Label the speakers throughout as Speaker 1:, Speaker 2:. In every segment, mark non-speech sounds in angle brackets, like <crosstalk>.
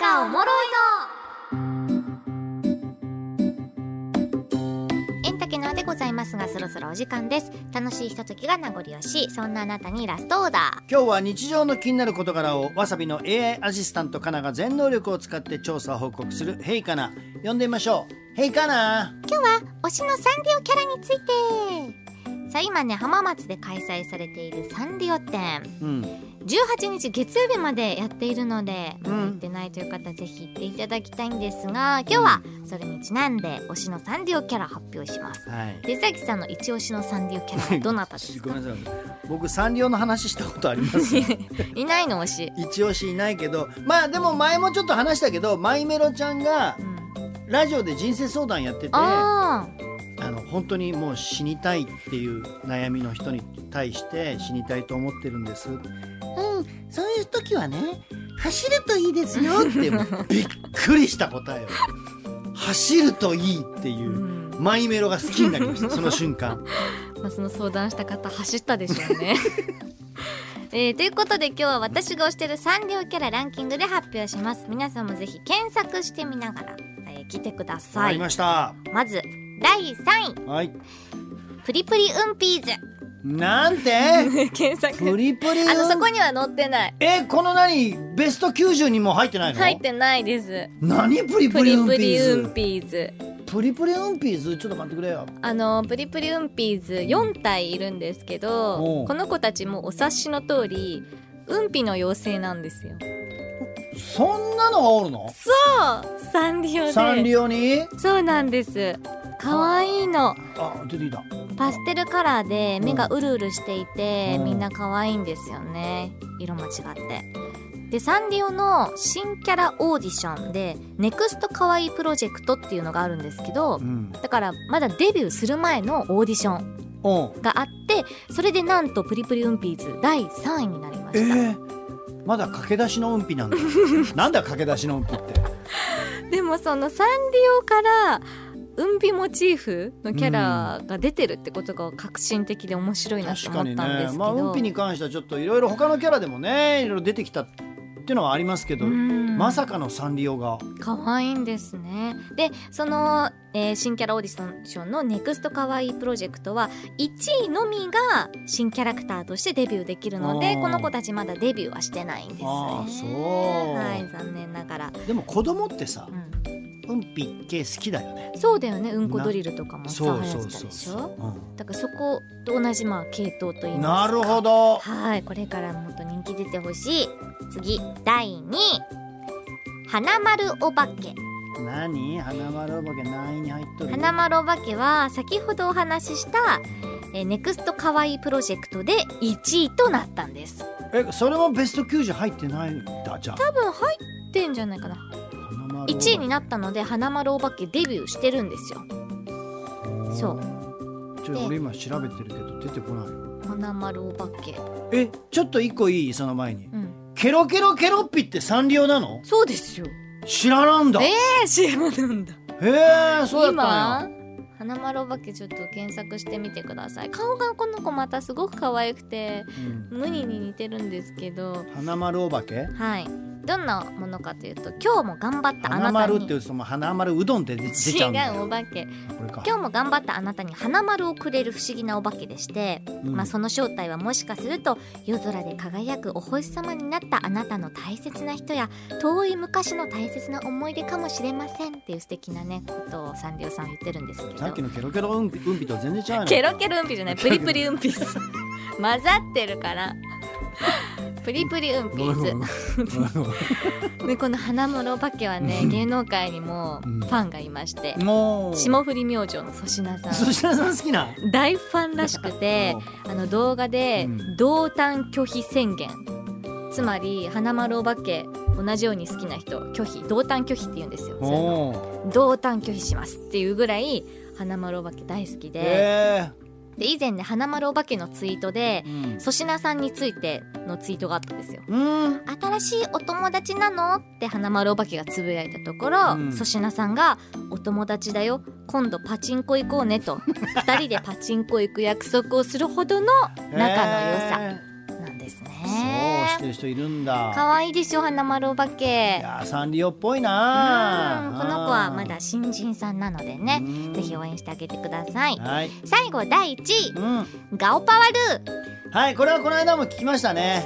Speaker 1: がおもろいのエンタケナでございますがそろそろお時間です楽しいひとときが名残惜しいそんなあなたにラストオーダ
Speaker 2: 今日は日常の気になる事柄をわさびの AI アシスタントかなが全能力を使って調査報告する「ヘイかな」呼んでみましょう「ヘイかな
Speaker 1: ー今日は推しのサンリオキャラについてさあ今ね浜松で開催されているサンリオ展」
Speaker 2: うん
Speaker 1: 18日月曜日までやっているので、まだ
Speaker 2: うん
Speaker 1: 行ってないという方ぜひ行っていただきたいんですが今日はそれにちなんで推しのサンリオキャラ発表します
Speaker 2: はい
Speaker 1: 手崎さんの一押しのサンリオキャラは <laughs> どなた
Speaker 2: <laughs>
Speaker 1: です
Speaker 2: ご
Speaker 1: か
Speaker 2: めんなさい僕サンリオの話したことありま
Speaker 1: <laughs>
Speaker 2: す
Speaker 1: いないの推し、
Speaker 2: 一押しいないけどまあでも前もちょっと話したけどマイメロちゃんが
Speaker 1: うん、
Speaker 2: ラジオで人生相談やっててあ
Speaker 1: あ
Speaker 2: の本当にもう死にたいっていう悩みの人に対して死にたいと思ってるんです
Speaker 3: うん、そういう時はね、
Speaker 2: 走るといいですよって <laughs> びっくりした答えを走るといいっ
Speaker 1: あ、
Speaker 2: ていううんマイメロが好きになりましたその瞬間
Speaker 1: まあ、その相談した方走ったでしょう
Speaker 2: <laughs>
Speaker 1: ね。えーということで今日は私が推してるサンリオキャラランキングで発表します皆さんもぜひ検索してみながら、えー、来てくだ
Speaker 2: わか
Speaker 1: さ
Speaker 2: り
Speaker 1: いま
Speaker 2: ました
Speaker 1: ず第3位
Speaker 2: はい
Speaker 1: プリプリウンピーズ
Speaker 2: なんて
Speaker 1: <laughs> 検索
Speaker 2: プリプリ
Speaker 1: あのそこには載ってない
Speaker 2: えこの何ベスト90にも入ってないの
Speaker 1: 入ってないです
Speaker 2: 何プリプ
Speaker 1: プ
Speaker 2: リ
Speaker 1: リ
Speaker 2: ウンピ
Speaker 1: プリ
Speaker 2: ー
Speaker 1: ウン
Speaker 2: ズ
Speaker 1: ピーズ
Speaker 2: プリプリウンピーズちょっと待ってくれよ
Speaker 1: あのプリプリウンピーズ4体いるんですけ
Speaker 2: お
Speaker 1: ど
Speaker 2: う
Speaker 1: この子たちもお察しの通りウンピの妖精なんですよ
Speaker 2: そんなのがおるの
Speaker 1: そうサンリオで
Speaker 2: サンリオに
Speaker 1: そうなんです可愛いの
Speaker 2: あ出てきた
Speaker 1: パステルカラーで目がうるうるしていて
Speaker 2: うん
Speaker 1: みんな可愛いんですよね色も違ってでサンリオの新キャラオーディションで「ネクスト可愛いプロジェクト」っていうのがあるんですけど
Speaker 2: うん
Speaker 1: だからまだデビューする前のオーディション
Speaker 2: おう
Speaker 1: があってそれでなんと「プリプリウンピーズ」第3位になりま
Speaker 2: え
Speaker 1: した
Speaker 2: ー、まだ駆け出しの運ピ <laughs> なんだなんだ駆け出しの運ピって
Speaker 1: でもそのサンリオからうんぴモチーフのキャラが出てるってことが革新的で面白いなと
Speaker 2: 確
Speaker 1: 思
Speaker 2: かに
Speaker 1: ったんで
Speaker 2: ね
Speaker 1: すけ
Speaker 2: まあ
Speaker 1: ど、
Speaker 2: 運ピに関してはちょっといろいろ他のキャラでもねいろいろ出てきたっていうのはありますけど、
Speaker 1: うん
Speaker 2: まさかのサンリオが
Speaker 1: 可愛いんですねでその、えー新キャラオーディションの「ネクストかわいいプロジェクトは1位のみが新キャラクターとしてデビューできるの
Speaker 2: あ
Speaker 1: で
Speaker 2: ー
Speaker 1: この子たちまだデビューはしてないんですね
Speaker 2: あーそう
Speaker 1: はい残念ながら、
Speaker 2: でも子供ってさ
Speaker 1: うん、
Speaker 2: 運ピ系好きだよね
Speaker 1: そうだよねうんこドリルとかもさ流
Speaker 2: そうそ
Speaker 1: 行っ
Speaker 2: う
Speaker 1: てた
Speaker 2: そう
Speaker 1: でし
Speaker 2: そ
Speaker 1: ょ
Speaker 2: う、う
Speaker 1: だからそこと同じまあ系統といい
Speaker 2: ん、
Speaker 1: ま
Speaker 2: な
Speaker 1: すか
Speaker 2: るほど
Speaker 1: はいこれからもっと人気出てほしい次第2位花丸お化け
Speaker 2: 何花丸お化け何位に入っとる
Speaker 1: 花丸お化けは先ほどお話しした、えーネクストかわいいプロジェクトで1位となったんです
Speaker 2: えそれもベスト90入ってないんだじゃあ
Speaker 1: 多分入ってんじゃないかな
Speaker 2: 花丸お化け
Speaker 1: 1位になったので花丸お化けデビューしてるんですよそう
Speaker 2: ちょ俺今調べてるけど出てこない
Speaker 1: 花丸お化け
Speaker 2: えちょっと一個いいその前に
Speaker 1: うん
Speaker 2: ケロケロケロッピってサンリオなの
Speaker 1: そうですよ
Speaker 2: 知らなんだ
Speaker 1: え
Speaker 2: へ
Speaker 1: え CM なんだ
Speaker 2: えそうだったんや
Speaker 1: 今花丸お化けちょっと検索してみてください顔がこの子またすごく可愛くて
Speaker 2: うん
Speaker 1: 無ニに似てるんですけど
Speaker 2: 花丸お化け
Speaker 1: はいどんなものかというと今日も頑張ったあ
Speaker 2: 花
Speaker 1: なた
Speaker 2: 丸
Speaker 1: に
Speaker 2: って言うともう花丸うどんって出出ち
Speaker 1: 違
Speaker 2: ゃうんだよ
Speaker 1: うお化け
Speaker 2: これか
Speaker 1: 今日も頑張ったあなたに花丸をくれる不思議なお化けでして、
Speaker 2: うん
Speaker 1: まあその正体はもしかすると夜空で輝くお星様になったあなたの大切な人や遠い昔の大切な思い出かもしれませんっていう素敵なねことをサンリオさんは言ってるんですけど
Speaker 2: さっきのケロケロうんぴうんぴとは全然違うの
Speaker 1: ケロケロうんぴじゃないプリプリうんぴっす
Speaker 2: <laughs>
Speaker 1: 混ざってるからプリプリうんぴ
Speaker 2: ごめんごめん
Speaker 1: ーズでこの花室お化けはね
Speaker 2: うん
Speaker 1: 芸能界にもファンがいまして、
Speaker 2: もう
Speaker 1: 霜降り明星の粗品さ
Speaker 2: 粗
Speaker 1: ん
Speaker 2: 品さん好きな
Speaker 1: 大ファンらしくてあの動画で
Speaker 2: うん
Speaker 1: 同担拒否宣言つまり花丸お化け同じように好きな人拒否同担拒否って言うんですよそういうの
Speaker 2: おー
Speaker 1: 同担拒否しますっていうぐらい花丸お化け大好きで、
Speaker 2: え
Speaker 1: で以前ね花丸お化けのツイートで
Speaker 2: えうん
Speaker 1: 粗品さんについてのツイートがあったんですよ。
Speaker 2: うん
Speaker 1: 新しいお友達なのって花丸お化けがつぶやいたところ
Speaker 2: うん
Speaker 1: 粗品、さんが「お友達だよ今度パチンコ行こうね」
Speaker 2: <laughs>
Speaker 1: と二人でパチンコ行く約束をするほどの仲の良さ
Speaker 2: え
Speaker 1: なんですね
Speaker 2: そうしてる人いるんだ
Speaker 1: 可愛いでしょ花丸お化
Speaker 2: い
Speaker 1: け
Speaker 2: やーサンリオっぽいうなー
Speaker 1: んこの子はまだ新人さんなのでね
Speaker 2: うん
Speaker 1: ぜひ応援してあげてください
Speaker 2: はい、
Speaker 1: 最後第1位
Speaker 2: うん、
Speaker 1: ガオパワルー
Speaker 2: はいこれはこの間も聞きましたね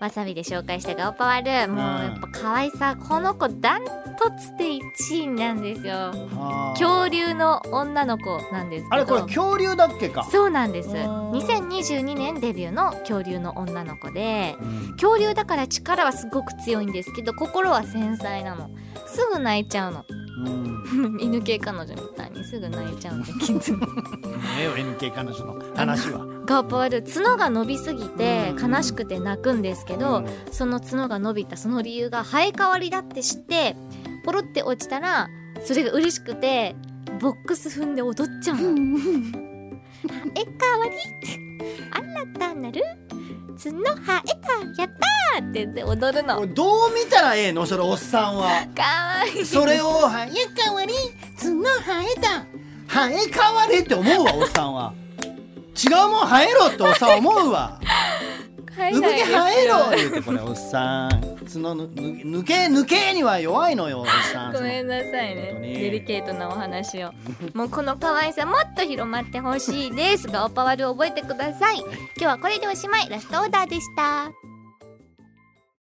Speaker 1: わさびで紹介したガオパワルーもうやっぱ可愛さこの子ダントツで1位なんですよ
Speaker 2: あー
Speaker 1: 恐竜の女の子なんですけど
Speaker 2: あれこれ恐竜だっけか
Speaker 1: そうなんです
Speaker 2: あー
Speaker 1: 2022年デビューの恐竜の女の子で
Speaker 2: うん
Speaker 1: 恐竜だから力はすごく強いんですけど心は繊細なのすぐ泣いちゃうの
Speaker 2: うん
Speaker 1: 犬系彼女みたいにすぐ泣いちゃうんでキズ
Speaker 2: <laughs> ええよ NK 彼女の話は
Speaker 1: ガーパワル角が伸びすぎて
Speaker 2: うん
Speaker 1: 悲しくて泣くんですけ
Speaker 2: う
Speaker 1: ど
Speaker 2: ん
Speaker 1: その角が伸びたその理由が生え変わりだって知ってポロって落ちたらそれが嬉しくてボックス踏んで踊っちゃうの。えかわいい新たなる角生えたやったーって言って踊る
Speaker 2: こ
Speaker 1: の
Speaker 2: れどう見たらええのそれおっさ
Speaker 1: <laughs>
Speaker 2: んは
Speaker 1: かわいい
Speaker 2: それをは
Speaker 3: やかわり角生えた
Speaker 2: 生え変われって思うわおっさんは違うもん生えろっておっさんは思うわ
Speaker 1: 海
Speaker 2: 産
Speaker 1: 外
Speaker 2: 毛
Speaker 1: ですよ
Speaker 2: 生えろ言うてこれおっさん角の抜け抜けには弱いのよおっさん
Speaker 1: ごめんなさい
Speaker 2: 本
Speaker 1: ね
Speaker 2: 当に
Speaker 1: デリケートなお話をもうこの可愛さもっと広まってほしいですがおパワル覚えてください今日はこれでおしまいラストオーダーでした